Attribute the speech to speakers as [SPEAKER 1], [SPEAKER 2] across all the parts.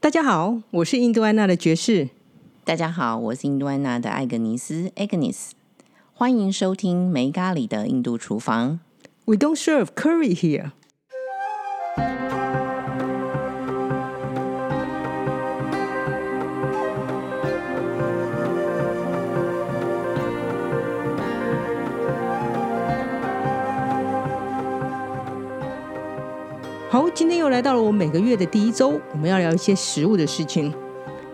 [SPEAKER 1] 大家好，我是印度安娜的爵士。
[SPEAKER 2] 大家好，我是印度安娜的艾格尼斯 （Agnes），欢迎收听没咖喱的印度厨房。
[SPEAKER 1] We don't serve curry here。好，今天又来到了我每个月的第一周，我们要聊一些食物的事情。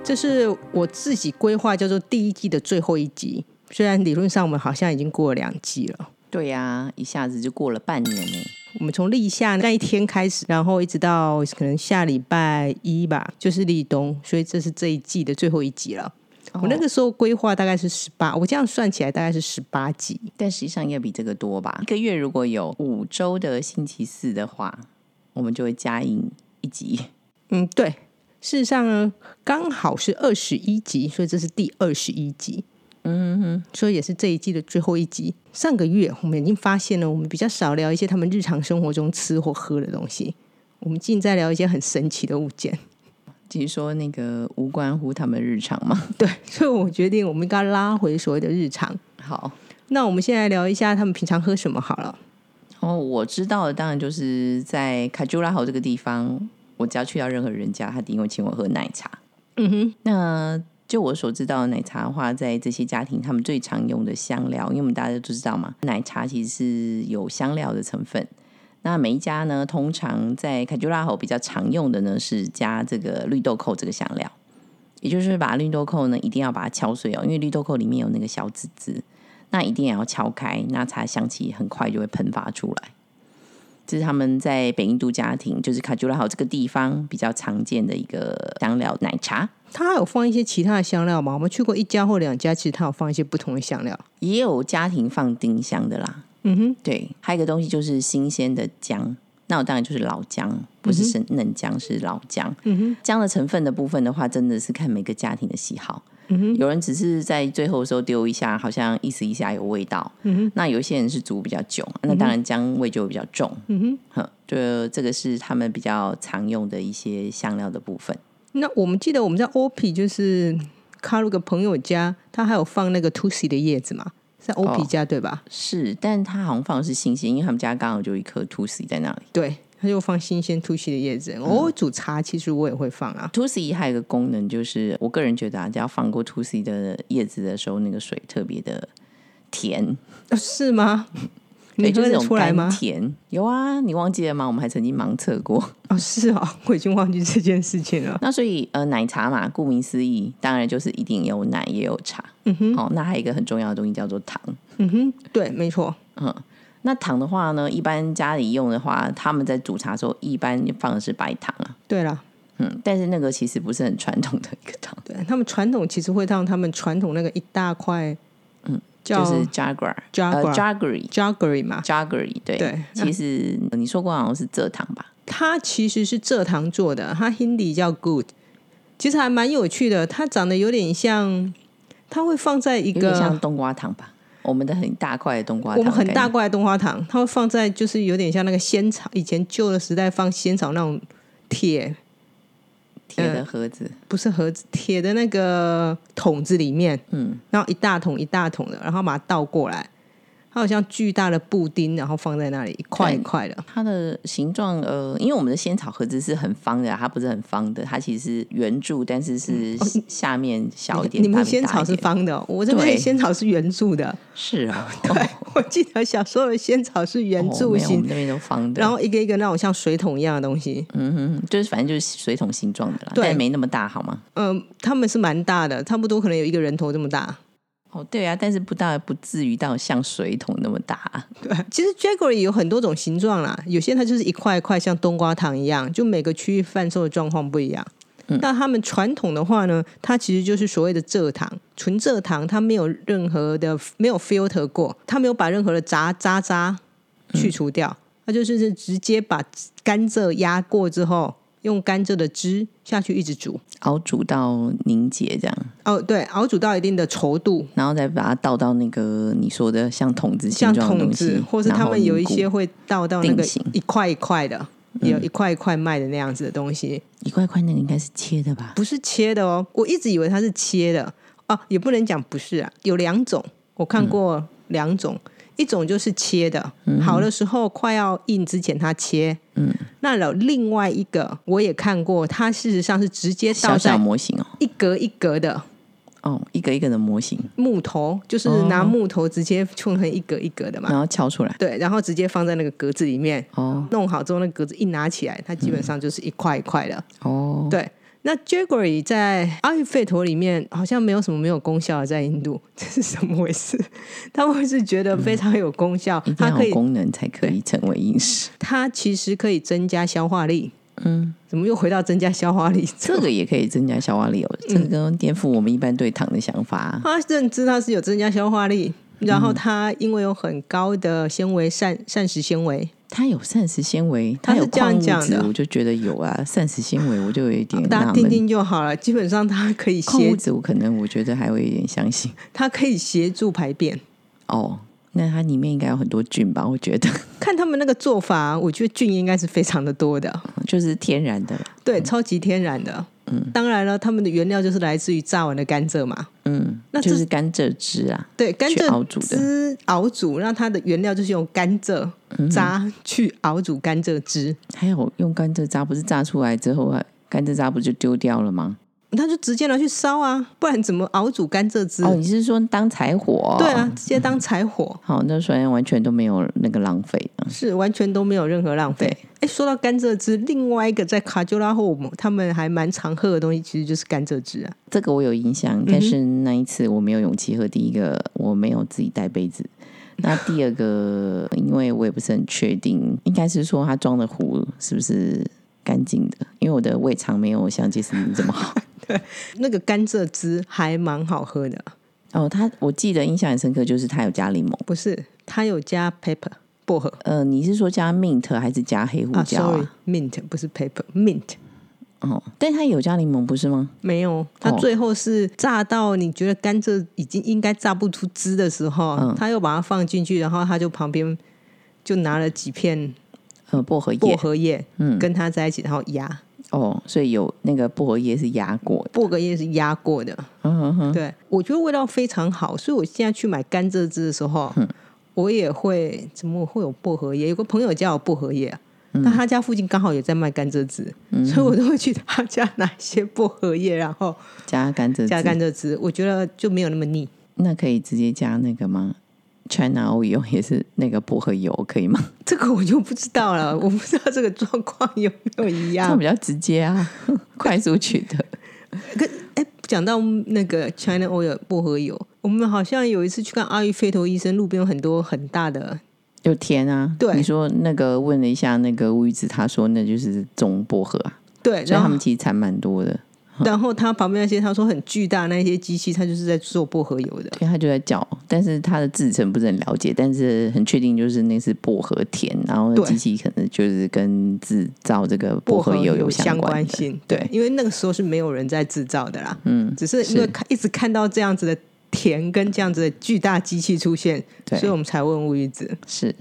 [SPEAKER 1] 这是我自己规划叫做第一季的最后一集，虽然理论上我们好像已经过了两季了。
[SPEAKER 2] 对呀、一下子就过了半年呢。
[SPEAKER 1] 我们从立夏那一天开始，然后一直到可能下礼拜一吧，就是立冬，所以这是这一季的最后一集了。我那个时候规划大概是十八，我这样算起来大概是十八集。
[SPEAKER 2] 但实际上要比这个多吧？一个月如果有五周的星期四的话，我们就会加印一集。
[SPEAKER 1] 嗯，对，事实上呢，刚好是二十一集，所以这是第二十一集。嗯哼，所以也是这一季的最后一集。上个月我们已经发现了，我们比较少聊一些他们日常生活中吃或喝的东西，我们尽在聊一些很神奇的物件。
[SPEAKER 2] 只是说那个无关乎他们日常嘛。
[SPEAKER 1] 对，所以我决定我们应该拉回所谓的日常。
[SPEAKER 2] 好，
[SPEAKER 1] 那我们先来聊一下他们平常喝什么好了。
[SPEAKER 2] 然后哦我知道的当然就是在卡朱拉豪这个地方，我只要去到任何人家，他一定会请我喝奶茶。嗯哼，那就我所知道的奶茶的话，在这些家庭他们最常用的香料，因为我们大家都知道嘛，奶茶其实是有香料的成分。那每一家呢，通常在卡朱拉豪比较常用的呢是加这个绿豆蔻这个香料，也就是把绿豆蔻呢一定要把它敲碎哦，因为绿豆蔻里面有那个小籽籽，那一定也要敲开，那茶香气很快就会喷发出来。这是他们在北印度家庭，就是卡朱拉豪这个地方比较常见的一个香料奶茶。
[SPEAKER 1] 他还有放一些其他的香料吗？我们去过一家或两家，其实他有放一些不同的香料。
[SPEAKER 2] 也有家庭放丁香的啦。
[SPEAKER 1] 嗯哼，
[SPEAKER 2] 对，还有一个东西就是新鲜的姜，那我当然就是老姜，不是生嫩姜，是老姜。嗯哼，姜的成分的部分的话，真的是看每个家庭的喜好。嗯哼，有人只是在最后的时候丢一下，好像意思一下有味道。嗯哼，那有一些人是煮比较久，那当然姜味就会比较重。嗯哼，就这个是他们比较常用的一些香料的部分。
[SPEAKER 1] 那我们记得我们在 OP 就是卡鲁个朋友家，他还有放那个 Tusi 的叶子嘛，在 OP
[SPEAKER 2] 哦
[SPEAKER 1] 家、对吧？
[SPEAKER 2] 是，但他好像放的是新鲜，因为他们家刚好就有一颗 t u s 在那里。
[SPEAKER 1] 对，他就放新鲜 Tusi 的叶子。我
[SPEAKER 2] 嗯
[SPEAKER 1] 偶尔煮茶，其实我也会放啊。
[SPEAKER 2] t o C 还有一个功能，就是我个人觉得啊，只要放过 t o C 的叶子的时候，那个水特别的甜，
[SPEAKER 1] 啊是吗？
[SPEAKER 2] 对，
[SPEAKER 1] 你
[SPEAKER 2] 就
[SPEAKER 1] 喝
[SPEAKER 2] 是
[SPEAKER 1] 得
[SPEAKER 2] 那种
[SPEAKER 1] 出来吗
[SPEAKER 2] 甘？甜有啊，你忘记了吗？我们还曾经盲测过。
[SPEAKER 1] 哦，是哦， 我已经忘记这件事 情了。
[SPEAKER 2] 那所以呃，奶茶嘛，顾名思义，当然就是一定有奶也有茶。嗯哼，哦，那还有一个很重要的东西叫做糖。
[SPEAKER 1] 嗯哼，对，没错。
[SPEAKER 2] 那糖的话呢，一般家里用的话，他们在煮茶的时候一般放的是白糖啊，
[SPEAKER 1] 对啦，
[SPEAKER 2] 嗯，但是那个其实不是很传统的一个糖，
[SPEAKER 1] 对他们传统其实会让他们传统那个一大块，嗯，叫
[SPEAKER 2] 就是 Jagger，呃
[SPEAKER 1] Jagra
[SPEAKER 2] ，Jaggery。
[SPEAKER 1] jaggery 嘛，
[SPEAKER 2] Jaggery，对，
[SPEAKER 1] 对
[SPEAKER 2] 其实 呃你说过好像是蔗糖吧？
[SPEAKER 1] 它其实是蔗糖做的，它 Hindi 叫 good，其实还蛮有趣的。它长得有点像，它会放在一
[SPEAKER 2] 有点像
[SPEAKER 1] 个
[SPEAKER 2] 冬瓜糖吧？我们的很大块的冬瓜
[SPEAKER 1] 我
[SPEAKER 2] 糖，
[SPEAKER 1] 们很大
[SPEAKER 2] 感觉
[SPEAKER 1] 块的冬花糖，它会放在就是有点像那个仙草，以前旧的时代放仙草那种铁，
[SPEAKER 2] 铁
[SPEAKER 1] 嗯
[SPEAKER 2] 的盒子，
[SPEAKER 1] 不是盒子，铁的那个桶子里面，嗯，然后一大桶一大桶的，然后把它倒过来，它好像巨大的布丁，然后放在那里一块一块的。
[SPEAKER 2] 它的形状呃，因为我们的仙草盒子是很方的啊，它不是很方的，它其实是圆柱，但是是下面小一点，
[SPEAKER 1] 嗯哦你们
[SPEAKER 2] 大面
[SPEAKER 1] 仙
[SPEAKER 2] 大
[SPEAKER 1] 草
[SPEAKER 2] 一
[SPEAKER 1] 是
[SPEAKER 2] 点
[SPEAKER 1] 方的哦、我这边的
[SPEAKER 2] 对
[SPEAKER 1] 仙草是圆柱 的。
[SPEAKER 2] 是啊，
[SPEAKER 1] 对，我记得小时候的仙草是圆
[SPEAKER 2] 哦
[SPEAKER 1] 柱
[SPEAKER 2] 没有我
[SPEAKER 1] 形，
[SPEAKER 2] 们那边都方的，
[SPEAKER 1] 然后一个一个那种像水桶一样的东西。
[SPEAKER 2] 嗯哼，就是反正就是水桶形状的啦，
[SPEAKER 1] 对
[SPEAKER 2] 但没那么大好吗？
[SPEAKER 1] 嗯、他们是蛮大的，差不多可能有一个人头这么大。
[SPEAKER 2] 哦，对啊，但是不大不至于到像水桶那么大啊，
[SPEAKER 1] 对， 其实 Jaggery 有很多种形状啦，有些它就是一块一块像冬瓜糖一样，就每个区域贩售的状况不一样。那他们传统的话呢，它其实就是所谓的蔗糖，纯蔗糖，它没有任何的没有 filter 过，它没有把任何的杂渣渣去除掉，它就是是直接把甘蔗压过之后，用甘蔗的汁下去一直煮，
[SPEAKER 2] 熬煮到凝结这样。
[SPEAKER 1] 哦，对，熬煮到一定的稠度，
[SPEAKER 2] 然后再把它倒到那个你说的像桶子形
[SPEAKER 1] 像
[SPEAKER 2] 状的
[SPEAKER 1] 桶
[SPEAKER 2] 东西
[SPEAKER 1] 子，，或是
[SPEAKER 2] 然
[SPEAKER 1] 他
[SPEAKER 2] 后
[SPEAKER 1] 们有一
[SPEAKER 2] 凝固
[SPEAKER 1] 些会倒到那
[SPEAKER 2] 定
[SPEAKER 1] 个
[SPEAKER 2] 型嗯
[SPEAKER 1] 一块一块的，也有一块一块卖的那样子的东西，
[SPEAKER 2] 一块块那个应该是切的吧？
[SPEAKER 1] 不是切的哦。我一直以为它是切的哦、啊，也不能讲不是啊，有两种，我
[SPEAKER 2] 嗯
[SPEAKER 1] 看过两种，一种就是切的，好的时候快要硬之前它切，
[SPEAKER 2] 嗯，
[SPEAKER 1] 那有另外一个我也看过，它事实上是直接
[SPEAKER 2] 小
[SPEAKER 1] 倒
[SPEAKER 2] 小
[SPEAKER 1] 在
[SPEAKER 2] 模型哦，
[SPEAKER 1] 一格一格的
[SPEAKER 2] 哦，一个一个的模型，
[SPEAKER 1] 木头，就是
[SPEAKER 2] 哦
[SPEAKER 1] 拿木头直接冲成一格一格的嘛，
[SPEAKER 2] 然后敲出来。
[SPEAKER 1] 对，然后直接放在那个格子里面，
[SPEAKER 2] 哦
[SPEAKER 1] 弄好之后，那格子一拿起来，它基本上就是一块一块的。
[SPEAKER 2] 哦，
[SPEAKER 1] 对，那 Jaggery 在阿育吠陀里面好像没有什么没有功效的，在印度这是什么回事？ 他们是觉得非常有功效，
[SPEAKER 2] 一定
[SPEAKER 1] 它
[SPEAKER 2] 要
[SPEAKER 1] 可
[SPEAKER 2] 嗯有
[SPEAKER 1] 以，
[SPEAKER 2] 功能才可以成为饮食。
[SPEAKER 1] 它其实可以增加消化力。
[SPEAKER 2] 嗯，
[SPEAKER 1] 怎么又回到增加消化力？
[SPEAKER 2] 这个也可以增加消化力哦，
[SPEAKER 1] 嗯
[SPEAKER 2] 这个跟颠覆我们一般对糖的想法啊。
[SPEAKER 1] 他认知它是有增加消化力，
[SPEAKER 2] 嗯
[SPEAKER 1] 然后它因为有很高的纤维膳膳食纤维，
[SPEAKER 2] 它有膳食纤维，
[SPEAKER 1] 它
[SPEAKER 2] 它
[SPEAKER 1] 是
[SPEAKER 2] 有
[SPEAKER 1] 这样
[SPEAKER 2] 矿物
[SPEAKER 1] 讲
[SPEAKER 2] 质
[SPEAKER 1] 的，
[SPEAKER 2] 我就觉得有啊。膳食纤维嗯我就有一点
[SPEAKER 1] 大
[SPEAKER 2] 纳
[SPEAKER 1] 家听
[SPEAKER 2] 闷，
[SPEAKER 1] 听就好了。基本上它可以
[SPEAKER 2] 矿物
[SPEAKER 1] 协，
[SPEAKER 2] 质我可能我觉得还会有点相信
[SPEAKER 1] 它可以协助排便。
[SPEAKER 2] 哦。那它里面应该有很多菌吧？我觉得
[SPEAKER 1] 看他们那个做法，我觉得菌应该是非常的多的，
[SPEAKER 2] 就是天然的，
[SPEAKER 1] 对，超级天然的。嗯，当然了，他们的原料就是来自于榨完的甘蔗嘛。
[SPEAKER 2] 嗯，
[SPEAKER 1] 那这
[SPEAKER 2] 就是甘蔗汁啊。
[SPEAKER 1] 对，甘
[SPEAKER 2] 去熬
[SPEAKER 1] 蔗
[SPEAKER 2] 煮的嗯
[SPEAKER 1] 汁熬煮，那它的原料就是用甘蔗渣去熬煮甘蔗汁，
[SPEAKER 2] 还有用甘蔗渣，不是榨出来之后，啊，甘蔗渣不就丢掉了吗？
[SPEAKER 1] 那就直接拿去烧啊，不然怎么熬煮甘蔗汁？
[SPEAKER 2] 哦，你是说当柴火？哦
[SPEAKER 1] 对啊，。直接当柴火。
[SPEAKER 2] 好，那虽然完全都没有那个浪费啊，
[SPEAKER 1] 是完全都没有任何浪费
[SPEAKER 2] 对。
[SPEAKER 1] 哎，说到甘蔗汁，另外一个在卡丘拉后，我们他们还蛮常喝的东西，其实就是甘蔗汁啊。
[SPEAKER 2] 这个我有印
[SPEAKER 1] 嗯
[SPEAKER 2] 象，但是那一次我没有勇气喝。第一个，我没有自己带杯子。那第二个，因为我也不是很确定，应该是说它装的壶是不是干净的？因为我的胃肠没有像杰斯汀这么好。
[SPEAKER 1] 那个甘蔗汁还蛮好喝的，
[SPEAKER 2] 哦，它我记得印象很深刻，就是它有加柠檬。
[SPEAKER 1] 不是，它有加 pepper 薄荷
[SPEAKER 2] 呃，你是说加 mint 还是加黑胡
[SPEAKER 1] 啊
[SPEAKER 2] 椒啊？
[SPEAKER 1] ，sorry，mint 不是 pepper，mint
[SPEAKER 2] 哦，但它有加柠檬不是吗？
[SPEAKER 1] 没有，它
[SPEAKER 2] 哦
[SPEAKER 1] 最后是榨到你觉得甘蔗已经应该榨不出汁的时候，
[SPEAKER 2] 嗯
[SPEAKER 1] 它又把它放进去，然后它就旁边就拿了几片
[SPEAKER 2] 呃，薄荷
[SPEAKER 1] 薄
[SPEAKER 2] 叶。
[SPEAKER 1] 荷叶，
[SPEAKER 2] 嗯
[SPEAKER 1] 跟它在一起，然后压
[SPEAKER 2] 哦，所以有那个薄荷叶是压过的。
[SPEAKER 1] 薄荷叶是压过的，
[SPEAKER 2] 嗯哼哼。
[SPEAKER 1] 对我觉得味道非常好，所以我现在去买甘蔗汁的时候，我也会怎么会有薄荷叶？有个朋友家有薄荷叶啊。
[SPEAKER 2] 嗯
[SPEAKER 1] 那他家附近刚好也在卖甘蔗汁，所以我都会去他家拿一些薄荷叶，然后
[SPEAKER 2] 加甘蔗
[SPEAKER 1] 加
[SPEAKER 2] 汁，
[SPEAKER 1] 甘蔗汁。我觉得就没有那么腻。
[SPEAKER 2] 那可以直接加那个吗？China oil 也是那个薄荷油，可 以吗？
[SPEAKER 1] 这个我就不知道 了，我不知道这个状况有没有一
[SPEAKER 2] 这样
[SPEAKER 1] 样。
[SPEAKER 2] 比较直接啊， 快速取得。
[SPEAKER 1] 可哎，讲到那个 China Oil 薄荷油，我们好像有一次去看阿育吠陀医生，路边有很多很大的
[SPEAKER 2] 有甜啊，
[SPEAKER 1] 对
[SPEAKER 2] 你说那个问了一下那个乌鱼子，他说那就是种薄荷啊，
[SPEAKER 1] 对，
[SPEAKER 2] 所以
[SPEAKER 1] 然
[SPEAKER 2] 他
[SPEAKER 1] 后
[SPEAKER 2] 们其实产蛮多的。
[SPEAKER 1] 然后他旁边那些他说很巨大那些机器，他就是在做薄荷油的。
[SPEAKER 2] 对，他就在叫，但是他的制成不是很了解，但是很确定就是那是薄荷甜，然后
[SPEAKER 1] 对
[SPEAKER 2] 机器可能就是跟制造这个薄荷油有
[SPEAKER 1] 相
[SPEAKER 2] 关的。
[SPEAKER 1] 性，对，因为那个时候是没有人在制造的啦，
[SPEAKER 2] 嗯，
[SPEAKER 1] 只是因为看一直看到这样子的田跟这样子的巨大机器出现，
[SPEAKER 2] 对嗯
[SPEAKER 1] 所以我们才问乌鱼子。
[SPEAKER 2] 是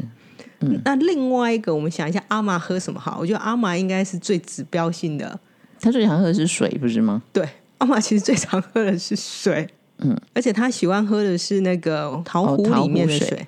[SPEAKER 1] 那另外一个，我们想一下阿玛喝什么好？我觉得阿玛应该是最指标性的，
[SPEAKER 2] 他最想喝的是水，不是吗？
[SPEAKER 1] 对，阿玛其实最常喝的是水，嗯，而且他喜欢喝的是那个
[SPEAKER 2] 哦
[SPEAKER 1] 桃壶
[SPEAKER 2] 桃
[SPEAKER 1] 里面
[SPEAKER 2] 壶
[SPEAKER 1] 的
[SPEAKER 2] 水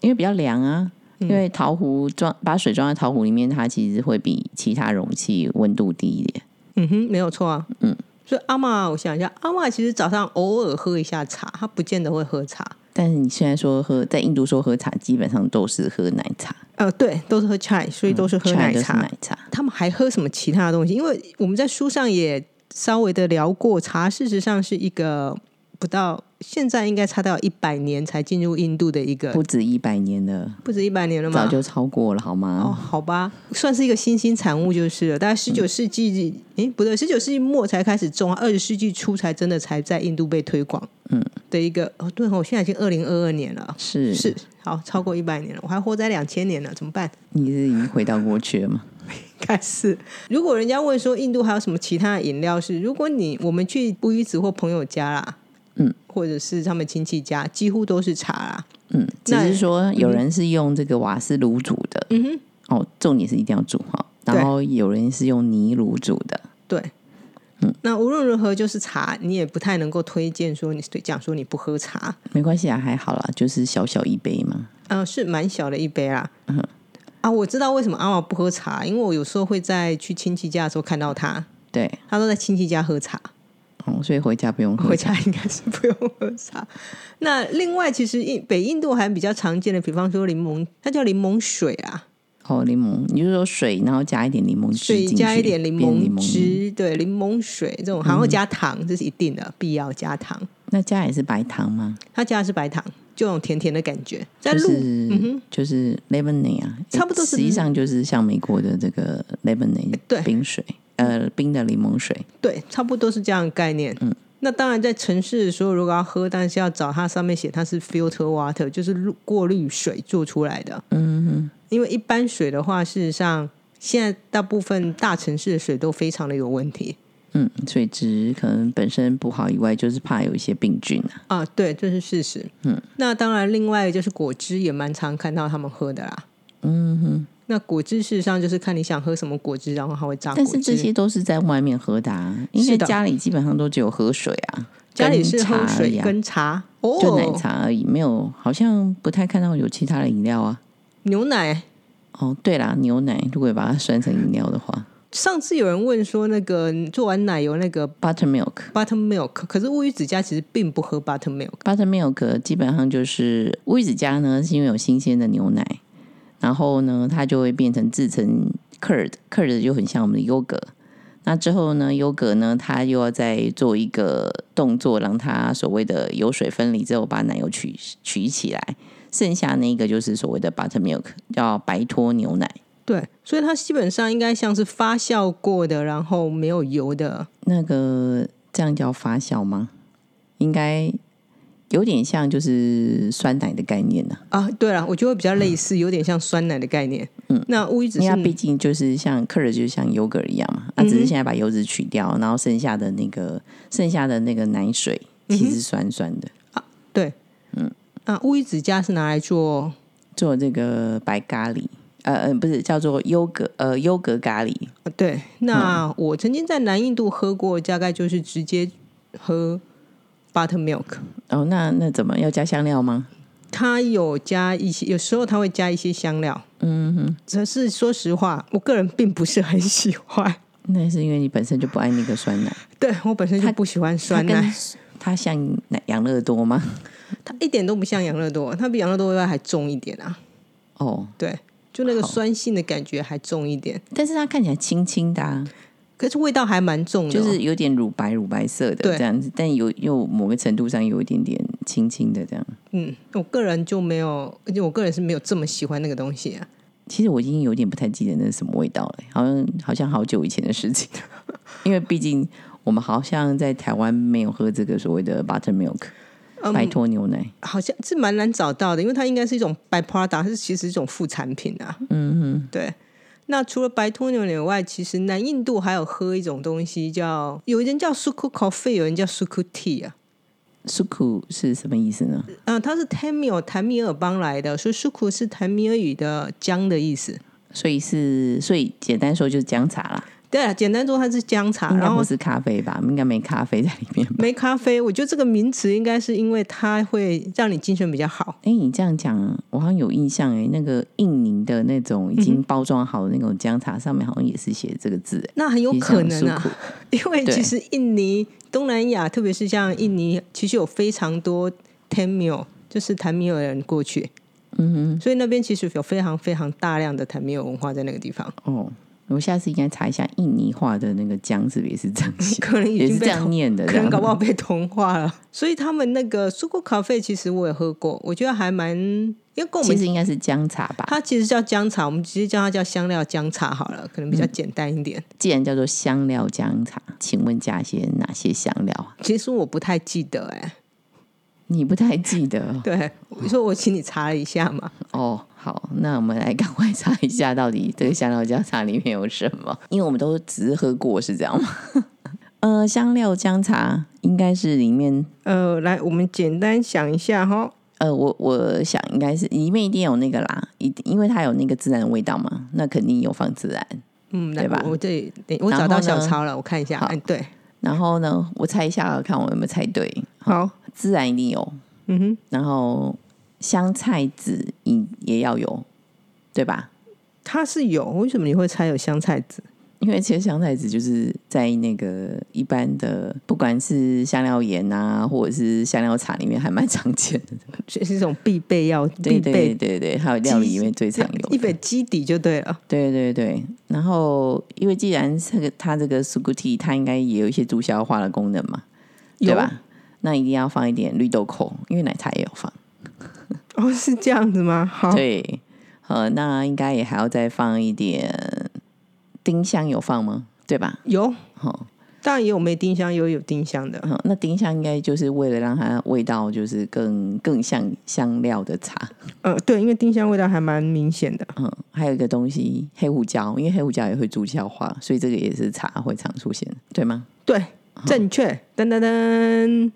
[SPEAKER 2] 因为比较凉啊。
[SPEAKER 1] 嗯
[SPEAKER 2] 因为陶壶装把水装在陶壶里面，它其实会比其他容器温度低一点。
[SPEAKER 1] 嗯哼，没有错啊。嗯，所以阿嬷，我想一下，阿嬷其实早上偶尔喝一下茶，她不见得会喝茶。
[SPEAKER 2] 但是你现在说喝，在印度说喝茶，基本上都是喝奶茶，
[SPEAKER 1] 呃，对，都是喝 chai，所以都是喝奶
[SPEAKER 2] Chai 嗯都是
[SPEAKER 1] 茶。
[SPEAKER 2] 奶茶。
[SPEAKER 1] 他们还喝什么其他的东西？因为我们在书上也稍微的聊过，茶事实上是一个不到现在应该差到一百年才进入印度的一个，
[SPEAKER 2] 不止一百年了，
[SPEAKER 1] 不止一百年了
[SPEAKER 2] 早
[SPEAKER 1] 嘛。
[SPEAKER 2] 就超过了，好
[SPEAKER 1] 哦，
[SPEAKER 2] 吗？
[SPEAKER 1] 好吧，算是一个新兴产物就是了。大概十
[SPEAKER 2] 嗯
[SPEAKER 1] 九世纪，诶、不对，十九世纪末才开始种，啊二十世纪初才真的才在印度被推广。
[SPEAKER 2] 嗯，
[SPEAKER 1] 的一个哦，对哦，现在已经二零二二年了，
[SPEAKER 2] 是
[SPEAKER 1] 是好超过一百年了，我还活在两千年了，怎么办？
[SPEAKER 2] 你是已经回到过去了吗？
[SPEAKER 1] 应该是，如果人家问说印度还有什么其他的饮料是，如果你我们去布依子或朋友家啦，
[SPEAKER 2] 嗯，
[SPEAKER 1] 或者是他们亲戚家，几乎都是茶啦。
[SPEAKER 2] 嗯，只
[SPEAKER 1] 那
[SPEAKER 2] 是说有人是用这个瓦斯炉煮的，嗯哼，哦，重点是一定要煮哈。然后有人是用泥炉煮的。
[SPEAKER 1] 对，嗯，那无论如何就是茶，你也不太能够推荐说你讲说你不喝茶，
[SPEAKER 2] 没关系啊，还好啦，就是小小一杯嘛。
[SPEAKER 1] 嗯、是蛮小的一杯啦。嗯啊，我知道为什么阿玛不喝茶，因为我有时候会在去亲戚家的时候看到他，
[SPEAKER 2] 对，
[SPEAKER 1] 他都在亲戚家喝茶。
[SPEAKER 2] 嗯，所以回家不用喝
[SPEAKER 1] 回。家应该是不用喝茶。
[SPEAKER 2] 嗯
[SPEAKER 1] 那另外，其实印北印度还比较常见的，比方说柠檬，它叫柠檬水啊，
[SPEAKER 2] 哦，柠檬，你就说水，然后加一点柠檬汁
[SPEAKER 1] 水
[SPEAKER 2] 进去，
[SPEAKER 1] 加一点柠
[SPEAKER 2] 变柠嗯
[SPEAKER 1] 檬汁，对，柠檬水这种，还要加糖，这是一定的，必要加糖。
[SPEAKER 2] 那加也是白糖吗？
[SPEAKER 1] 它加的是白糖，就有种甜甜的感觉，在
[SPEAKER 2] 就
[SPEAKER 1] 路、
[SPEAKER 2] 是、就是 lemonade 啊，
[SPEAKER 1] 嗯差不多是哎
[SPEAKER 2] 实际上就是像美国的这个 lemonade
[SPEAKER 1] 对
[SPEAKER 2] 冰水，呃，冰的柠檬水。
[SPEAKER 1] 对，差不多是这样的概念。嗯。那当然，在城市的时候，如果要喝，但是要找它上面写它是 filter water，就是路过滤水做出来的。
[SPEAKER 2] 嗯，
[SPEAKER 1] 因为一般水的话，事实上现在大部分大城市的水都非常的有问题
[SPEAKER 2] 嗯，水质可能本身不好以外，就是怕有一些病菌啊。
[SPEAKER 1] 啊，对，这是事实。嗯，那当然，另外就是果汁也蛮常看到他们喝的啦。
[SPEAKER 2] 嗯哼，
[SPEAKER 1] 那果汁事实上就是看你想喝什么果汁，然后它会榨果
[SPEAKER 2] 但
[SPEAKER 1] 汁。
[SPEAKER 2] 是这些都是在外面喝的、啊，因为
[SPEAKER 1] 是的
[SPEAKER 2] 家里基本上都只有喝水啊，
[SPEAKER 1] 家里是
[SPEAKER 2] 跟
[SPEAKER 1] 喝
[SPEAKER 2] 茶而已
[SPEAKER 1] 水
[SPEAKER 2] 啊
[SPEAKER 1] 跟茶，哦，
[SPEAKER 2] 就奶、茶而已，没有，好像不太看到有其他的饮料啊。
[SPEAKER 1] 牛奶。
[SPEAKER 2] 哦，对啦，牛奶如果把它算成饮料的话
[SPEAKER 1] 上次有人问说，那个你做完奶油那个
[SPEAKER 2] ，buttermilk。
[SPEAKER 1] buttermilk，可是乌鱼子家其实并不喝 buttermilk。
[SPEAKER 2] buttermilk 基本上就是乌鱼子家呢，是因为有新鲜的牛奶，然后呢，它就会变成制成 curd，curd 就很像我们的优格。那之后呢，优格呢，它又要再做一个动作，让它所谓的油水分离之后，把奶油取取起来，剩下那个就是所谓的 buttermilk，叫白脱牛奶。
[SPEAKER 1] 对，所以它基本上应该像是发酵过的，然后没有油的
[SPEAKER 2] 那个这样叫发酵吗？应该有点像就是酸奶的概念呢、
[SPEAKER 1] 啊。对了，我觉得会比较类似，有点像酸奶的概念。嗯，那乌鱼子
[SPEAKER 2] 因为它
[SPEAKER 1] 是
[SPEAKER 2] 毕
[SPEAKER 1] 嗯
[SPEAKER 2] 竟就是像克尔，就是像油格一样嘛，它、啊只是现在把油脂取掉，然后剩下的那个剩下的那个奶水
[SPEAKER 1] 嗯
[SPEAKER 2] 其实是酸酸的，
[SPEAKER 1] 对，嗯，啊，乌鱼子家是拿来做
[SPEAKER 2] 做这个白咖喱，呃呃，不是叫做优格呃优格咖喱，
[SPEAKER 1] 啊对。那我曾经在南印度喝过，大概就是直接喝 buttermilk，
[SPEAKER 2] 哦，那那怎么要加香料吗？
[SPEAKER 1] 它有加一些，有时候它会加一些香料。嗯哼，只是说实话，我个人并不是很喜欢。
[SPEAKER 2] 那是因为你本身就不爱那个酸奶，
[SPEAKER 1] 对我本身就不喜欢酸奶
[SPEAKER 2] 它，跟它像奶养乐多吗？
[SPEAKER 1] 它一点都不像养乐多，它比养乐多外还重一点啊。
[SPEAKER 2] 哦，
[SPEAKER 1] 对，就那个
[SPEAKER 2] 好
[SPEAKER 1] 酸性的感觉还重一点，
[SPEAKER 2] 但是它看起来清清的、啊，
[SPEAKER 1] 可是味道还蛮重的
[SPEAKER 2] 就
[SPEAKER 1] 哦、
[SPEAKER 2] 是有点乳白乳白色的
[SPEAKER 1] 对
[SPEAKER 2] 这样子，但有又某个程度上有一点点清清的这样。
[SPEAKER 1] 嗯，我个人就没有，而且我个人是没有这么喜欢那个东西、啊。
[SPEAKER 2] 其实我已经有点不太记得那是什么味道了，好像好像好久以前的事情， 因为毕竟我们好像在台湾没有喝这个所谓的 buttermilk、白
[SPEAKER 1] 嗯
[SPEAKER 2] 脱牛奶，
[SPEAKER 1] 好像是蛮难找到的，因为它应该是一种 byproduct，它是其实是一种副产品啊。嗯嗯，对。那除了白脱牛奶以外，其实南印度还有喝一种东西叫，有人叫 suku coffee，有人叫 suku tea 啊。
[SPEAKER 2] s u k u 是什么意思呢？
[SPEAKER 1] 嗯，它是 Tamil 坦米尔邦来的，所以 suku 是坦米尔语的姜的意思。
[SPEAKER 2] 所以是所以简单说就是姜茶啦，
[SPEAKER 1] 对啊，简单说它是姜茶，
[SPEAKER 2] 应
[SPEAKER 1] 啊
[SPEAKER 2] 该
[SPEAKER 1] 然
[SPEAKER 2] 不
[SPEAKER 1] 后
[SPEAKER 2] 是咖啡吧？应该没咖啡在里面吧。
[SPEAKER 1] 没咖啡。我觉得这个名词应该是因为它会让你精神比较好。
[SPEAKER 2] 哎，你这样讲，我好像有印象哎，那个印尼的那种
[SPEAKER 1] 嗯
[SPEAKER 2] 已经包装好的那种姜茶，上面好像也是写这个字，哎
[SPEAKER 1] 那很有可能
[SPEAKER 2] 也像
[SPEAKER 1] 啊
[SPEAKER 2] 苏苦，
[SPEAKER 1] 因为
[SPEAKER 2] 对
[SPEAKER 1] 其实印尼、东南亚，特别是像印尼，其实有非常多 Tamil，就是坦米尔人过去，嗯哼，所以那边其实有非常非常大量的坦米尔文化在那个地 方，
[SPEAKER 2] 哦。我下次应该查一下印尼话的那个姜是不是也是这样写，
[SPEAKER 1] 可能 已
[SPEAKER 2] 也
[SPEAKER 1] 经
[SPEAKER 2] 是
[SPEAKER 1] 被
[SPEAKER 2] 这样念的，
[SPEAKER 1] 可能 搞不好被同化了。所以他们那个苏果咖啡，其实我也喝过，我觉得还蛮，因为跟我
[SPEAKER 2] 其
[SPEAKER 1] 们
[SPEAKER 2] 实应该是姜茶吧。
[SPEAKER 1] 它其实叫姜茶，我们直接叫它叫香料姜茶好了，可能比
[SPEAKER 2] 嗯
[SPEAKER 1] 较简单一点。
[SPEAKER 2] 既然叫做香料姜茶，请问加些哪些香料啊？
[SPEAKER 1] 其实我不太记得 哎、
[SPEAKER 2] 你不太记得哦
[SPEAKER 1] 对，所以我请你查了一下嘛。
[SPEAKER 2] 哦。好，那我们来赶快查一下，到底这个香料姜茶里面有什么？因为我们都只是喝过，是这样吗？ 呃，香料姜茶应该是里面，
[SPEAKER 1] 呃，来，我们简单想一下哈。
[SPEAKER 2] 呃，我我想应该是里面一定有那个啦，一定因为它有那个孜然的味道嘛，那肯定有放孜然。
[SPEAKER 1] 嗯，那
[SPEAKER 2] 对吧
[SPEAKER 1] 我我这里等我
[SPEAKER 2] 然
[SPEAKER 1] 找
[SPEAKER 2] 后
[SPEAKER 1] 到
[SPEAKER 2] 呢
[SPEAKER 1] 小抄了，我看一下。
[SPEAKER 2] 好
[SPEAKER 1] 嗯，对，
[SPEAKER 2] 然后呢，我猜一下，看我有没有猜对。
[SPEAKER 1] 好，
[SPEAKER 2] 孜然一定有，
[SPEAKER 1] 嗯哼，
[SPEAKER 2] 然后香菜籽也也要有，对吧？
[SPEAKER 1] 它是有，为什么你会猜有香菜籽？
[SPEAKER 2] 因为其实香菜籽就是在那个一般的，不管是香料盐啊，或者是香料茶里面，还蛮常见的。
[SPEAKER 1] 这是一种必备药，
[SPEAKER 2] 对
[SPEAKER 1] 必
[SPEAKER 2] 对
[SPEAKER 1] 备
[SPEAKER 2] 对对，还有料理里面最常有的。
[SPEAKER 1] 一本基底就对了。
[SPEAKER 2] 对对对，然后因为既然这个它这个 s u g u t i 它应该也有一些助消化的功能嘛，对
[SPEAKER 1] 有
[SPEAKER 2] 吧？那一定要放一点绿豆蔻，因为奶茶也有放。
[SPEAKER 1] 哦，是这样子吗？好，
[SPEAKER 2] 对，呃，那应该也还要再放一点丁香，有放吗？对吧？
[SPEAKER 1] 有，
[SPEAKER 2] 好、哦
[SPEAKER 1] 当然也有没丁香，也有有丁香的。
[SPEAKER 2] 那丁香应该就是为了让它味道就是更更像香料的茶。
[SPEAKER 1] 呃，对，因为丁香味道还蛮明显的。
[SPEAKER 2] 嗯，还有一个东西黑胡椒，因为黑胡椒也会助消化，所以这个也是茶会常出现，对吗？
[SPEAKER 1] 对，
[SPEAKER 2] 啊
[SPEAKER 1] 正确。噔噔噔，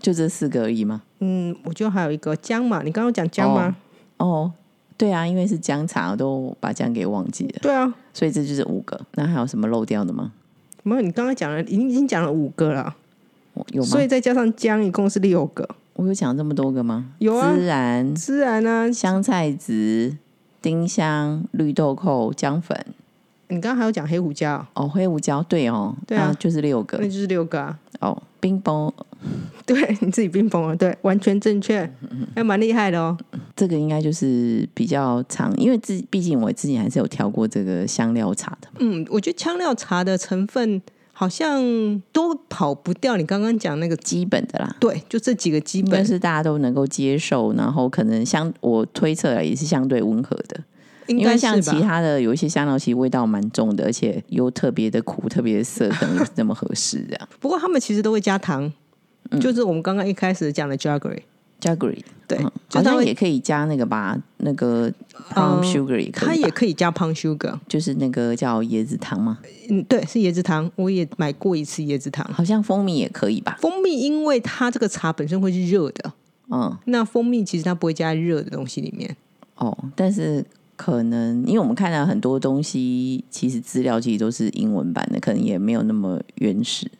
[SPEAKER 2] 就这四个而已吗？
[SPEAKER 1] 嗯，我就还有一个姜嘛，你刚刚讲姜吗？
[SPEAKER 2] 哦，对啊，因为是姜茶，我都把姜给忘记了，
[SPEAKER 1] 对啊，
[SPEAKER 2] 所以这就是五个。那还有什么漏掉的吗？
[SPEAKER 1] 没有，你刚刚讲了，已经已经讲了五个了，
[SPEAKER 2] 我有吗？
[SPEAKER 1] 所以再加上姜，一共是六个。
[SPEAKER 2] 我有讲这么多个吗？
[SPEAKER 1] 有啊
[SPEAKER 2] 孜然、
[SPEAKER 1] 孜然啊呢、
[SPEAKER 2] 香菜籽、丁香、绿豆蔻、姜粉。
[SPEAKER 1] 你刚刚还有讲黑胡椒，
[SPEAKER 2] 哦，黑胡椒，对哦，
[SPEAKER 1] 对啊
[SPEAKER 2] 那就是六个
[SPEAKER 1] 那就是六个啊。
[SPEAKER 2] 哦。冰崩，
[SPEAKER 1] 对，你自己冰封了，啊对，完全正确，
[SPEAKER 2] 嗯
[SPEAKER 1] 还蛮厉害的哦。
[SPEAKER 2] 这个应该就是比较长，因为自毕竟我自己还是有调过这个香料茶的嘛。
[SPEAKER 1] 嗯，我觉得香料茶的成分好像都跑不掉你刚刚讲那个，
[SPEAKER 2] 基本的啦，
[SPEAKER 1] 对，就这几个基
[SPEAKER 2] 应该
[SPEAKER 1] 本，
[SPEAKER 2] 是大家都能够接受，然后可能相我推测了也是相对温和的，
[SPEAKER 1] 应
[SPEAKER 2] 因为
[SPEAKER 1] 该
[SPEAKER 2] 像
[SPEAKER 1] 是
[SPEAKER 2] 其
[SPEAKER 1] 吧？
[SPEAKER 2] 他的有一些香料其实味道蛮重的，而且又特别的苦、特别的涩，可能不是那么合适这样。
[SPEAKER 1] 不过他们其实都会加糖，
[SPEAKER 2] 嗯
[SPEAKER 1] 就是我们刚刚一开始讲的 jaggery，
[SPEAKER 2] Jaggery，
[SPEAKER 1] 对，
[SPEAKER 2] 嗯
[SPEAKER 1] 就它
[SPEAKER 2] 好像
[SPEAKER 1] 会，
[SPEAKER 2] 也可以加那个吧，那个 plum
[SPEAKER 1] 嗯
[SPEAKER 2] sugar 也可
[SPEAKER 1] 它
[SPEAKER 2] 以吧，
[SPEAKER 1] 也可以加 p u n sugar，
[SPEAKER 2] 就是那个叫椰子糖嘛，
[SPEAKER 1] 嗯，对，是椰子糖，我也买过一次椰子糖。
[SPEAKER 2] 好像蜂蜜也可以吧，
[SPEAKER 1] 蜂蜜，因为它这个茶本身会是热的，
[SPEAKER 2] 嗯，
[SPEAKER 1] 那蜂蜜其实它不会加热的东西里面。
[SPEAKER 2] 哦，但是可能因为我们看到很多东西，其实资料其实都是英文版的，可能也没有那么原始。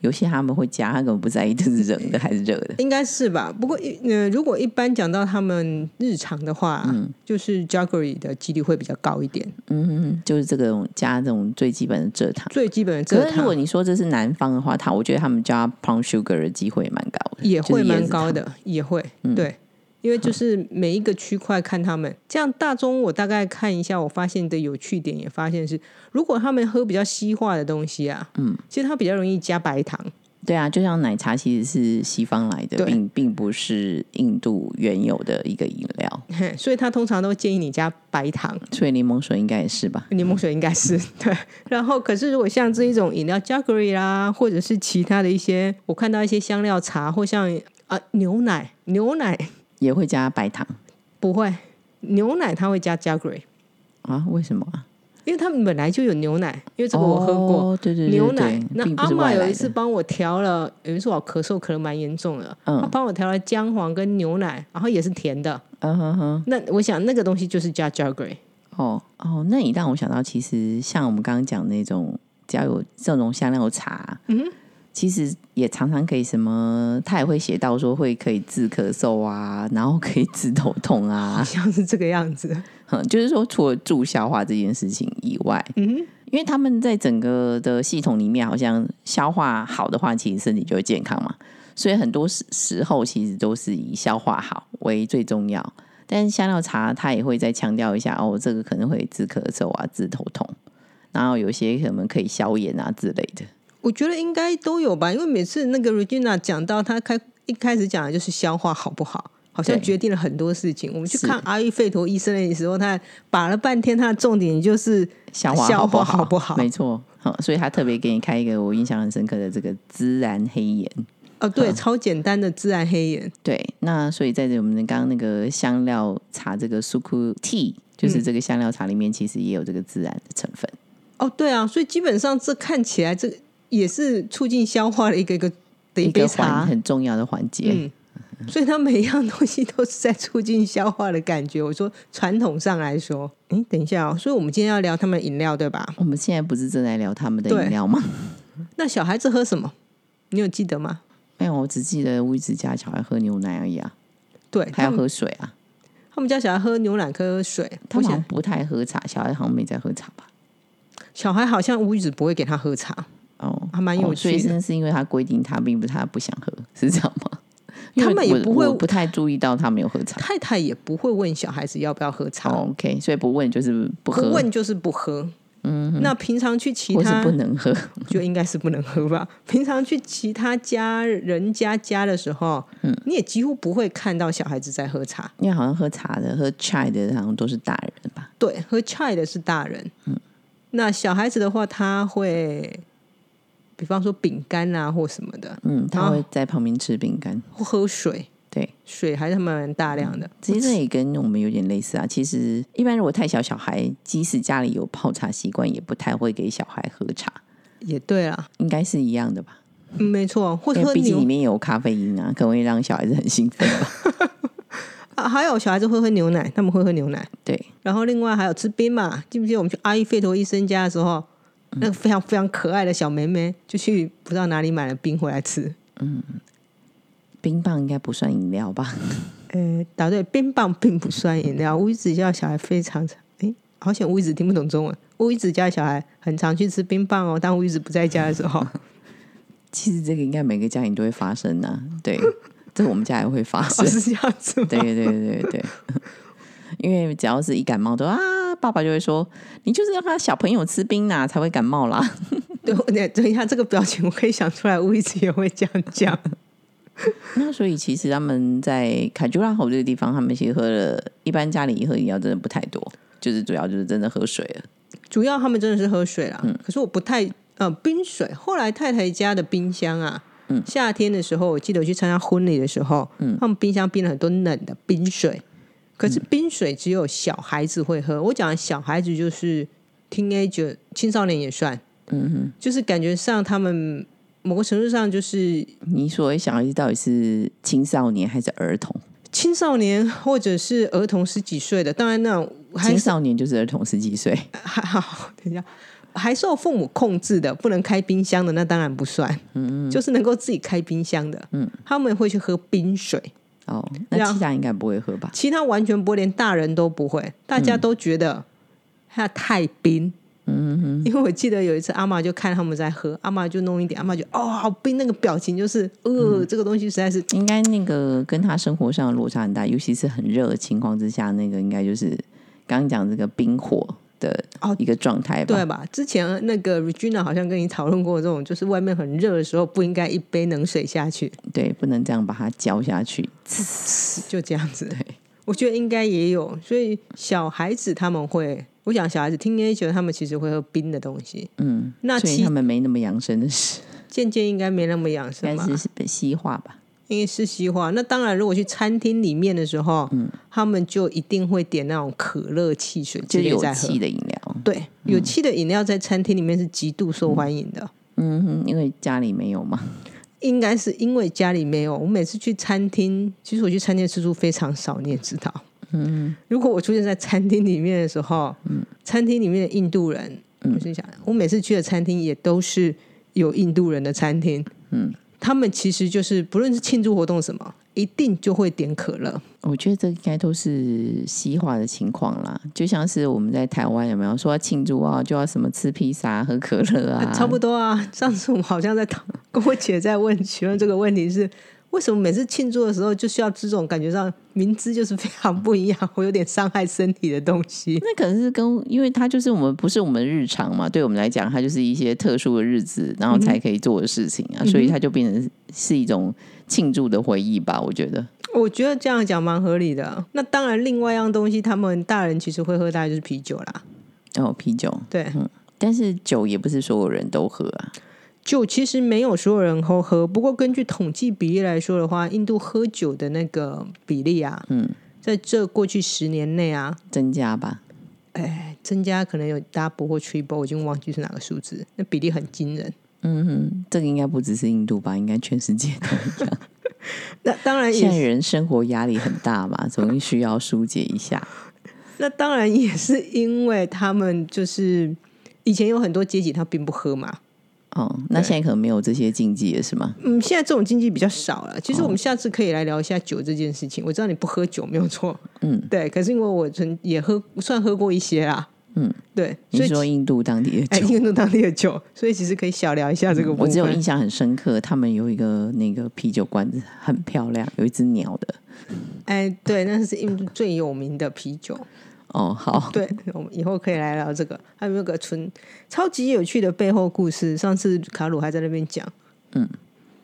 [SPEAKER 2] 有些他们会加，他根本不在意这是冷的还是热的。
[SPEAKER 1] 应该是吧？不过，呃，如果一般讲到他们日常的话，就是 jaggery 的几率会比较高一点。
[SPEAKER 2] 嗯，就是这种加这种最基本的蔗糖。
[SPEAKER 1] 最基本的
[SPEAKER 2] 可
[SPEAKER 1] 蔗
[SPEAKER 2] 是如果
[SPEAKER 1] 糖
[SPEAKER 2] 你说这是南方的话，他我觉得他们加 plum sugar 的机会也蛮高的，
[SPEAKER 1] 也
[SPEAKER 2] 就是
[SPEAKER 1] 会
[SPEAKER 2] 椰
[SPEAKER 1] 蛮
[SPEAKER 2] 子糖
[SPEAKER 1] 高的，也会、
[SPEAKER 2] 嗯
[SPEAKER 1] 对，因为就是每一个区块看他们这样大中，我大概看一下，我发现的有趣点也发现是，如果他们喝比较西化的东西啊，嗯，其实它比较容易加白糖，
[SPEAKER 2] 对啊，就像奶茶其实是西方来的，
[SPEAKER 1] 对
[SPEAKER 2] 并并不是印度原有的一个饮料，
[SPEAKER 1] 嘿所以他通常都建议你加白糖。
[SPEAKER 2] 所以柠檬水应该也是吧？
[SPEAKER 1] 柠檬水应该是 对，然后可是如果像这一种饮料 Jaggery 啦，或者是其他的一些，我看到一些香料茶或像啊、牛奶，牛奶
[SPEAKER 2] 也会加白糖
[SPEAKER 1] 不会，牛奶它会加 Jaggery，
[SPEAKER 2] 啊？为什么啊？
[SPEAKER 1] 因为他们本来就有牛奶，因为这个我喝过。
[SPEAKER 2] 哦、对对对
[SPEAKER 1] 牛奶
[SPEAKER 2] 对，
[SPEAKER 1] 那
[SPEAKER 2] 并不
[SPEAKER 1] 阿
[SPEAKER 2] 是
[SPEAKER 1] 妈
[SPEAKER 2] 外
[SPEAKER 1] 有
[SPEAKER 2] 来
[SPEAKER 1] 一次
[SPEAKER 2] 的。
[SPEAKER 1] 帮我调了，有一次我咳嗽咳得蛮严重的，她帮我调了姜黄跟牛奶，然后也是甜的。
[SPEAKER 2] 嗯哼哼，
[SPEAKER 1] 那我想那个东西就是加 Jaggery，
[SPEAKER 2] 哦哦，那你让我想到，其实像我们刚刚讲那种，只要有这种香料茶，嗯，其实也常常可以什么，他也会写到说会可以治咳嗽啊，然后可以 治头痛 啊，
[SPEAKER 1] 像是这个样子。
[SPEAKER 2] 嗯，就是说，除了助消化这件事情以外，
[SPEAKER 1] 嗯
[SPEAKER 2] 因为他们在整个的系统里面，好像消化好的话，其实身体就会健康嘛。所以很多时时候其实都是以消化好为最重要。但是香料茶它也会再强调一下哦，这个可能会治咳嗽啊、治头痛，然后有些可能可以消炎啊之类的。
[SPEAKER 1] 我觉得应该都有吧，因为每次那个 Regina 讲到她开一开始讲的就是消化好不好，好像
[SPEAKER 2] 对
[SPEAKER 1] 决定了很多事情。我们去
[SPEAKER 2] 是
[SPEAKER 1] 看阿育吠陀医生的时候，他把了半天，他的重点就是
[SPEAKER 2] 消化
[SPEAKER 1] 消
[SPEAKER 2] 好不
[SPEAKER 1] 化
[SPEAKER 2] 好？
[SPEAKER 1] 好不好
[SPEAKER 2] 没错，好，所以他特别给你开一个我印象很深刻的这个孜然黑盐。
[SPEAKER 1] 哦，
[SPEAKER 2] 嗯
[SPEAKER 1] 对，超简单的自然黑眼，
[SPEAKER 2] 对，那所以在我们刚刚那个香料茶这个 suku tea，就是
[SPEAKER 1] 嗯
[SPEAKER 2] 这个香料茶里面其实也有这个孜然的成分。
[SPEAKER 1] 哦，对啊，所以基本上这看起来这也是促进消化的一个一个的一
[SPEAKER 2] 个
[SPEAKER 1] 杯
[SPEAKER 2] 环
[SPEAKER 1] 茶，
[SPEAKER 2] 很重要的环节。
[SPEAKER 1] 嗯所以它每一样东西都是在促进消化的感觉。我说传统上来说，哎，等一下哦，所以我们今天要聊他们的饮料对吧？
[SPEAKER 2] 我们现在不是正在聊他们的
[SPEAKER 1] 对
[SPEAKER 2] 饮料吗？
[SPEAKER 1] 那小孩子喝什么？你有记得吗？
[SPEAKER 2] 没有，我只记得乌子家小孩喝牛奶而已啊，
[SPEAKER 1] 对，
[SPEAKER 2] 还
[SPEAKER 1] 他
[SPEAKER 2] 要
[SPEAKER 1] 们
[SPEAKER 2] 喝水啊。
[SPEAKER 1] 他们家小孩喝牛奶跟喝水，
[SPEAKER 2] 他
[SPEAKER 1] 我
[SPEAKER 2] 们好
[SPEAKER 1] 想
[SPEAKER 2] 像不太喝茶，小孩好像没在喝茶吧？
[SPEAKER 1] 小孩好像无语子不会给他喝茶，
[SPEAKER 2] 哦，
[SPEAKER 1] 还蛮有
[SPEAKER 2] 哦所以
[SPEAKER 1] 趣的。
[SPEAKER 2] 真的是因为他规定他，并不是他不想喝，是这样吗？因为
[SPEAKER 1] 他们也
[SPEAKER 2] 我
[SPEAKER 1] 不会
[SPEAKER 2] 我不太注意到他没有喝茶。
[SPEAKER 1] 太太也不会问小孩子要不要喝茶，
[SPEAKER 2] 哦 OK，所以不问就是
[SPEAKER 1] 不
[SPEAKER 2] 不喝，
[SPEAKER 1] 问就是不喝。嗯，那平常去其
[SPEAKER 2] 或是
[SPEAKER 1] 他
[SPEAKER 2] 不能喝。
[SPEAKER 1] 就应该是不能喝吧？ 平常去其他家人家家的时候，嗯，你也几乎不会看到小孩子在喝茶。
[SPEAKER 2] 因为好像喝茶的、喝 chai 的，好像都是大人吧？
[SPEAKER 1] 对，喝 chai 的是大人，嗯，那小孩子的话，他会，比方说饼干啊或什么的，
[SPEAKER 2] 嗯，他
[SPEAKER 1] 哦
[SPEAKER 2] 会在旁边吃饼干。
[SPEAKER 1] 或喝水，
[SPEAKER 2] 对，嗯
[SPEAKER 1] 水还是蛮大量的。
[SPEAKER 2] 其实这也跟我们有点类似啊。其实一般如果太小小孩，即使家里有泡茶习惯，也不太会给小孩喝茶，
[SPEAKER 1] 也对啊，
[SPEAKER 2] 应该是一样的吧？
[SPEAKER 1] 嗯没错，或者
[SPEAKER 2] 因为
[SPEAKER 1] 喝
[SPEAKER 2] 毕竟里
[SPEAKER 1] 牛
[SPEAKER 2] 面有咖啡因啊，可能会让小孩子很兴奋 吧？
[SPEAKER 1] 啊，还有小孩子会喝牛奶，他们会喝牛奶。
[SPEAKER 2] 对，
[SPEAKER 1] 然后另外还有吃冰嘛，记不记得我们去阿姨费陀医生家的时候，那个非常非常可爱的小妹妹就去不知道哪里买了冰回来吃。
[SPEAKER 2] 冰棒应该不算饮料吧？
[SPEAKER 1] 呃，答对，冰棒并不算饮料。乌一子家小孩非常，哎，好险乌一子听不懂中文。乌一子家小孩很常去吃冰棒哦，当乌一子不在家的时候，
[SPEAKER 2] 其实这个应该每个家庭都会发生啊。对，这我们家也会发
[SPEAKER 1] 哦
[SPEAKER 2] 生。
[SPEAKER 1] 是这样子吗？
[SPEAKER 2] 对对对对对， 因为只要是一感冒都啊，爸爸就会说，你就是要让小朋友吃冰啦、才会感冒啦。
[SPEAKER 1] 对，我等等一下这个表情，我可以想出来，乌一子也会这样讲。
[SPEAKER 2] 那所以其实他们在凯朱拉侯这个地方，他们其实喝了一般家里喝饮料真的不太多，就是主要就是真的喝水了。
[SPEAKER 1] 主要他们真的是喝水啦，可是我不太呃冰水。后来太太家的冰箱啊，夏天的时候我记得我去参加婚礼的时候，他们冰箱冰了很多冷的冰水，可是冰水只有小孩子会喝。我讲的小孩子就是 teenager 青少年也算，嗯哼，就是感觉上他们某个程度上就是
[SPEAKER 2] 你所谓小孩子到底是青少年还是儿童？
[SPEAKER 1] 青少年或者是儿童十几岁的，当然那种还
[SPEAKER 2] 青少年就是儿童十几岁，
[SPEAKER 1] 还好，等一下，还受父母控制的，不能开冰箱的，那当然不算。嗯就是能够自己开冰箱的，嗯，他们会去喝冰水，
[SPEAKER 2] 哦，那
[SPEAKER 1] 对啊
[SPEAKER 2] 其他应该不会喝吧？
[SPEAKER 1] 其他完全不会，连大人都不会，大家都觉得它太冰。嗯因为我记得有一次阿妈就看他们在喝，阿妈就弄一点，阿妈就哦好冰，那个表情就是呃、这个东西实在是
[SPEAKER 2] 应该那个跟他生活上的落差很大，尤其是很热的情况之下，那个应该就是刚刚讲这个冰火的
[SPEAKER 1] 哦
[SPEAKER 2] 一个状态吧。
[SPEAKER 1] 对吧？之前那个 Regina 好像跟你讨论过这种，就是外面很热的时候不应该一杯冷水下去，
[SPEAKER 2] 对，不能这样把它浇下去。
[SPEAKER 1] 就这样子。我觉得应该也有，所以小孩子他们会，我想小孩子 teenager 他们其实会喝冰的东西，
[SPEAKER 2] 嗯，
[SPEAKER 1] 那
[SPEAKER 2] 所以
[SPEAKER 1] 其
[SPEAKER 2] 他们没那么养生的事，
[SPEAKER 1] 渐渐应该没那么养生
[SPEAKER 2] 应
[SPEAKER 1] 嘛
[SPEAKER 2] 该，是被西化 吧？
[SPEAKER 1] 因为是西化。那当然，如果去餐厅里面的时候，
[SPEAKER 2] 嗯
[SPEAKER 1] 他们就一定会点那种可乐、汽水之
[SPEAKER 2] 就
[SPEAKER 1] 类
[SPEAKER 2] 有
[SPEAKER 1] 在喝
[SPEAKER 2] 气。的嗯饮料。
[SPEAKER 1] 对，有气的饮料在餐厅里面是极度受欢迎的。
[SPEAKER 2] 嗯哼，因为家里没有嘛。
[SPEAKER 1] 应该是因为家里没有。我每次去餐厅，其实我去餐厅的次数非常少，你也知道。嗯，如果我出现在餐厅里面的时候，餐厅里面的印度人，我心想，我每次去的餐厅也都是有印度人的餐厅。嗯，他们其实就是不论是庆祝活动什么，一定就会点可乐。
[SPEAKER 2] 我觉得这应该都是西化的情况啦，就像是我们在台湾有没有说要庆祝啊，就要什么吃披萨、喝可乐啊，
[SPEAKER 1] 差不多 啊。上次我们好像在讨跟我姐在问询问这个问题是。为什么每次庆祝的时候就需要吃这种感觉上明知就是非常不一样，会有点伤害身体的东西？
[SPEAKER 2] 那可能是跟，因为它就是我们不是我们日常嘛，对我们来讲，它就是一些特殊的日子，然后才可以做的事情啊，所以它就变成是一种庆祝的回忆吧。我觉得
[SPEAKER 1] 我觉得这样讲蛮合理的。那当然，另外一样东西，他们大人其实会喝，大概就是啤酒啦。
[SPEAKER 2] 哦，啤酒，
[SPEAKER 1] 对，
[SPEAKER 2] 但是酒也不是所有人都喝啊。
[SPEAKER 1] 酒其实没有所有人都喝，不过根据统计比例来说的话，印度喝酒的那个比例啊，
[SPEAKER 2] 嗯，
[SPEAKER 1] 在这过去十年内啊，
[SPEAKER 2] 增加吧，
[SPEAKER 1] 哎，增加可能有 double 或 triple，我已经忘记是哪个数字，那比例很惊人。
[SPEAKER 2] 嗯哼，这个应该不只是印度吧，应该全世界都一样。
[SPEAKER 1] 那当然
[SPEAKER 2] 现在
[SPEAKER 1] 也，
[SPEAKER 2] 人生活压力很大嘛，总是需要疏解一下。
[SPEAKER 1] 那当然也是因为他们就是以前有很多阶级他并不喝嘛，
[SPEAKER 2] 哦，那现在可能没有这些禁忌了，是吗？
[SPEAKER 1] 嗯，现在这种经济比较少了。其实
[SPEAKER 2] 哦
[SPEAKER 1] 我们下次可以来聊一下酒这件事情。我知道你不喝酒没有错，
[SPEAKER 2] 嗯，
[SPEAKER 1] 对。可是因为我曾也喝，算喝过一些啦，
[SPEAKER 2] 嗯，
[SPEAKER 1] 对。
[SPEAKER 2] 你
[SPEAKER 1] 所
[SPEAKER 2] 是
[SPEAKER 1] 以
[SPEAKER 2] 说印度当地的
[SPEAKER 1] 哎，
[SPEAKER 2] 酒，嗯
[SPEAKER 1] 印度当地的酒，所以其实可以小聊一下这个部分。
[SPEAKER 2] 我只有印象很深刻，他们有一个那个啤酒罐子很漂亮，有一只鸟的。
[SPEAKER 1] 哎，对，那是印度最有名的啤酒。
[SPEAKER 2] 哦，好，
[SPEAKER 1] 对， 我们以后可以来聊这个。还有那个纯超级有趣的背后故事，上次卡鲁还在那边讲，
[SPEAKER 2] 嗯，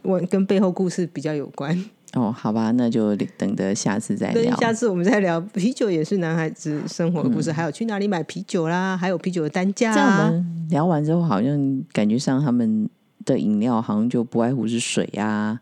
[SPEAKER 1] 我跟背后故事比较有关。
[SPEAKER 2] 哦，好吧，那就等着下次再
[SPEAKER 1] 等
[SPEAKER 2] 聊。嗯
[SPEAKER 1] 下次我们再聊啤酒，也是男孩子生活的故事，还有去哪里买啤酒啦，还有啤酒的单价
[SPEAKER 2] 这样我
[SPEAKER 1] 啊。
[SPEAKER 2] 们聊完之后，好像感觉上他们的饮料好像就不外乎是水啊、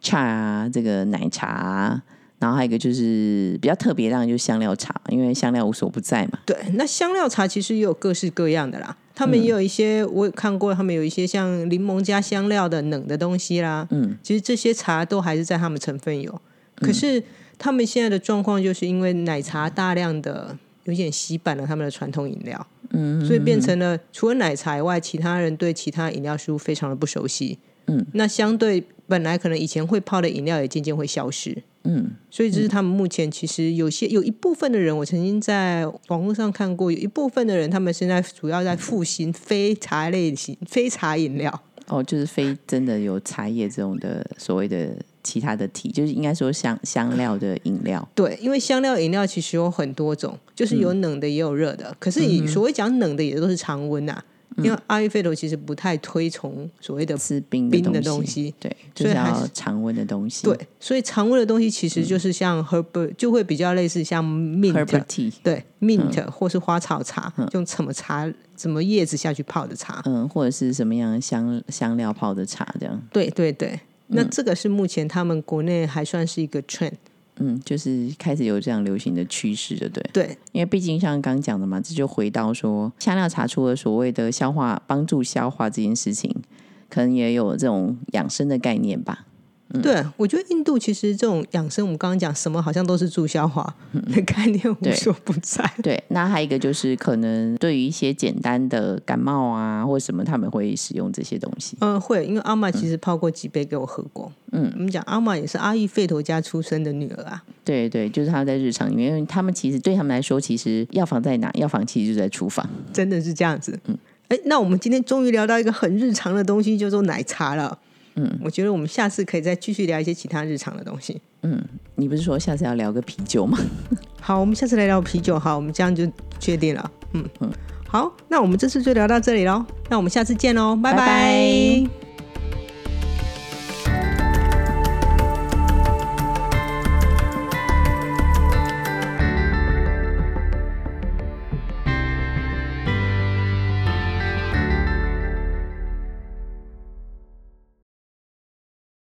[SPEAKER 2] 茶啊、这个奶茶、啊，然后还有一个就是比较特别，当然就是香料茶，因为香料无所不在嘛。
[SPEAKER 1] 对，那香料茶其实也有各式各样的啦。他们也有一些，我也看过，他们有一些像柠檬加香料的冷的东西啦。
[SPEAKER 2] 嗯，
[SPEAKER 1] 其实这些茶都还是在他们成分有，可是他们现在的状况就是因为奶茶大量的有点洗版了他们的传统饮料，嗯，所以变成了除了奶茶以外，其他人对其他饮料事物非常的不熟悉，
[SPEAKER 2] 嗯，
[SPEAKER 1] 那相对本来可能以前会泡的饮料也渐渐会消失，
[SPEAKER 2] 嗯，
[SPEAKER 1] 所以这是他们目前其实有些有一部分的人，我曾经在网络上看过，有一部分的人他们现在主要在复兴非茶类型、非茶饮料。
[SPEAKER 2] 哦，就是非真的有茶叶这种的所谓的其他的体，就是应该说香香料的饮料。
[SPEAKER 1] 对，因为香料饮料其实有很多种，就是有冷的也有热的。可是以所谓讲冷的，也都是常温呐、啊因为阿育吠陀其实不太推崇所谓的
[SPEAKER 2] 吃冰
[SPEAKER 1] 冰的东
[SPEAKER 2] 西，
[SPEAKER 1] 西，
[SPEAKER 2] 对，就
[SPEAKER 1] 所以
[SPEAKER 2] 是
[SPEAKER 1] 还
[SPEAKER 2] 要
[SPEAKER 1] 是
[SPEAKER 2] 常温的东西。
[SPEAKER 1] 对，所以常温的东西其实就是像 herb，、就会比较类似像 mint，
[SPEAKER 2] ，herbal tea，
[SPEAKER 1] 对 mint、或是花草茶，用什么茶、什么叶子下去泡的茶。
[SPEAKER 2] 嗯，或者是什么样的香香料泡的茶这样。
[SPEAKER 1] 对对对，那这个是目前他们国内还算是一个 trend。
[SPEAKER 2] 嗯，就是开始有这样流行的趋势，对不对？
[SPEAKER 1] 对，
[SPEAKER 2] 因为毕竟像刚讲的嘛，这就回到说香料茶除了所谓的消化帮助消化这件事情，可能也有这种养生的概念吧。
[SPEAKER 1] 对，我觉得印度其实这种养生，我们刚刚讲什么好像都是助消化的概念，无
[SPEAKER 2] 对
[SPEAKER 1] 所不在。
[SPEAKER 2] 对，那还有一个就是可能对于一些简单的感冒啊或什么，他们会使用这些东西。
[SPEAKER 1] 嗯、会，因为阿玛其实泡过几杯给我喝过。
[SPEAKER 2] 嗯，
[SPEAKER 1] 我们讲阿玛也是阿育吠陀家出生的女儿啊。
[SPEAKER 2] 对对，就是他在日常里面，因为他们其实对他们来说，其实药房在哪？药房其实就在厨房。
[SPEAKER 1] 真的是这样子。嗯，哎，那我们今天终于聊到一个很日常的东西，叫做奶茶了。嗯，我觉得我们下次可以再继续聊一些其他日常的东西。
[SPEAKER 2] 你不是说下次要聊个啤酒吗？
[SPEAKER 1] 好，我们下次来聊啤酒。好，我们这样就确定了。嗯嗯，好，那我们这次就聊到这里喽。那我们下次见喽，拜
[SPEAKER 2] 拜
[SPEAKER 1] 拜
[SPEAKER 2] 拜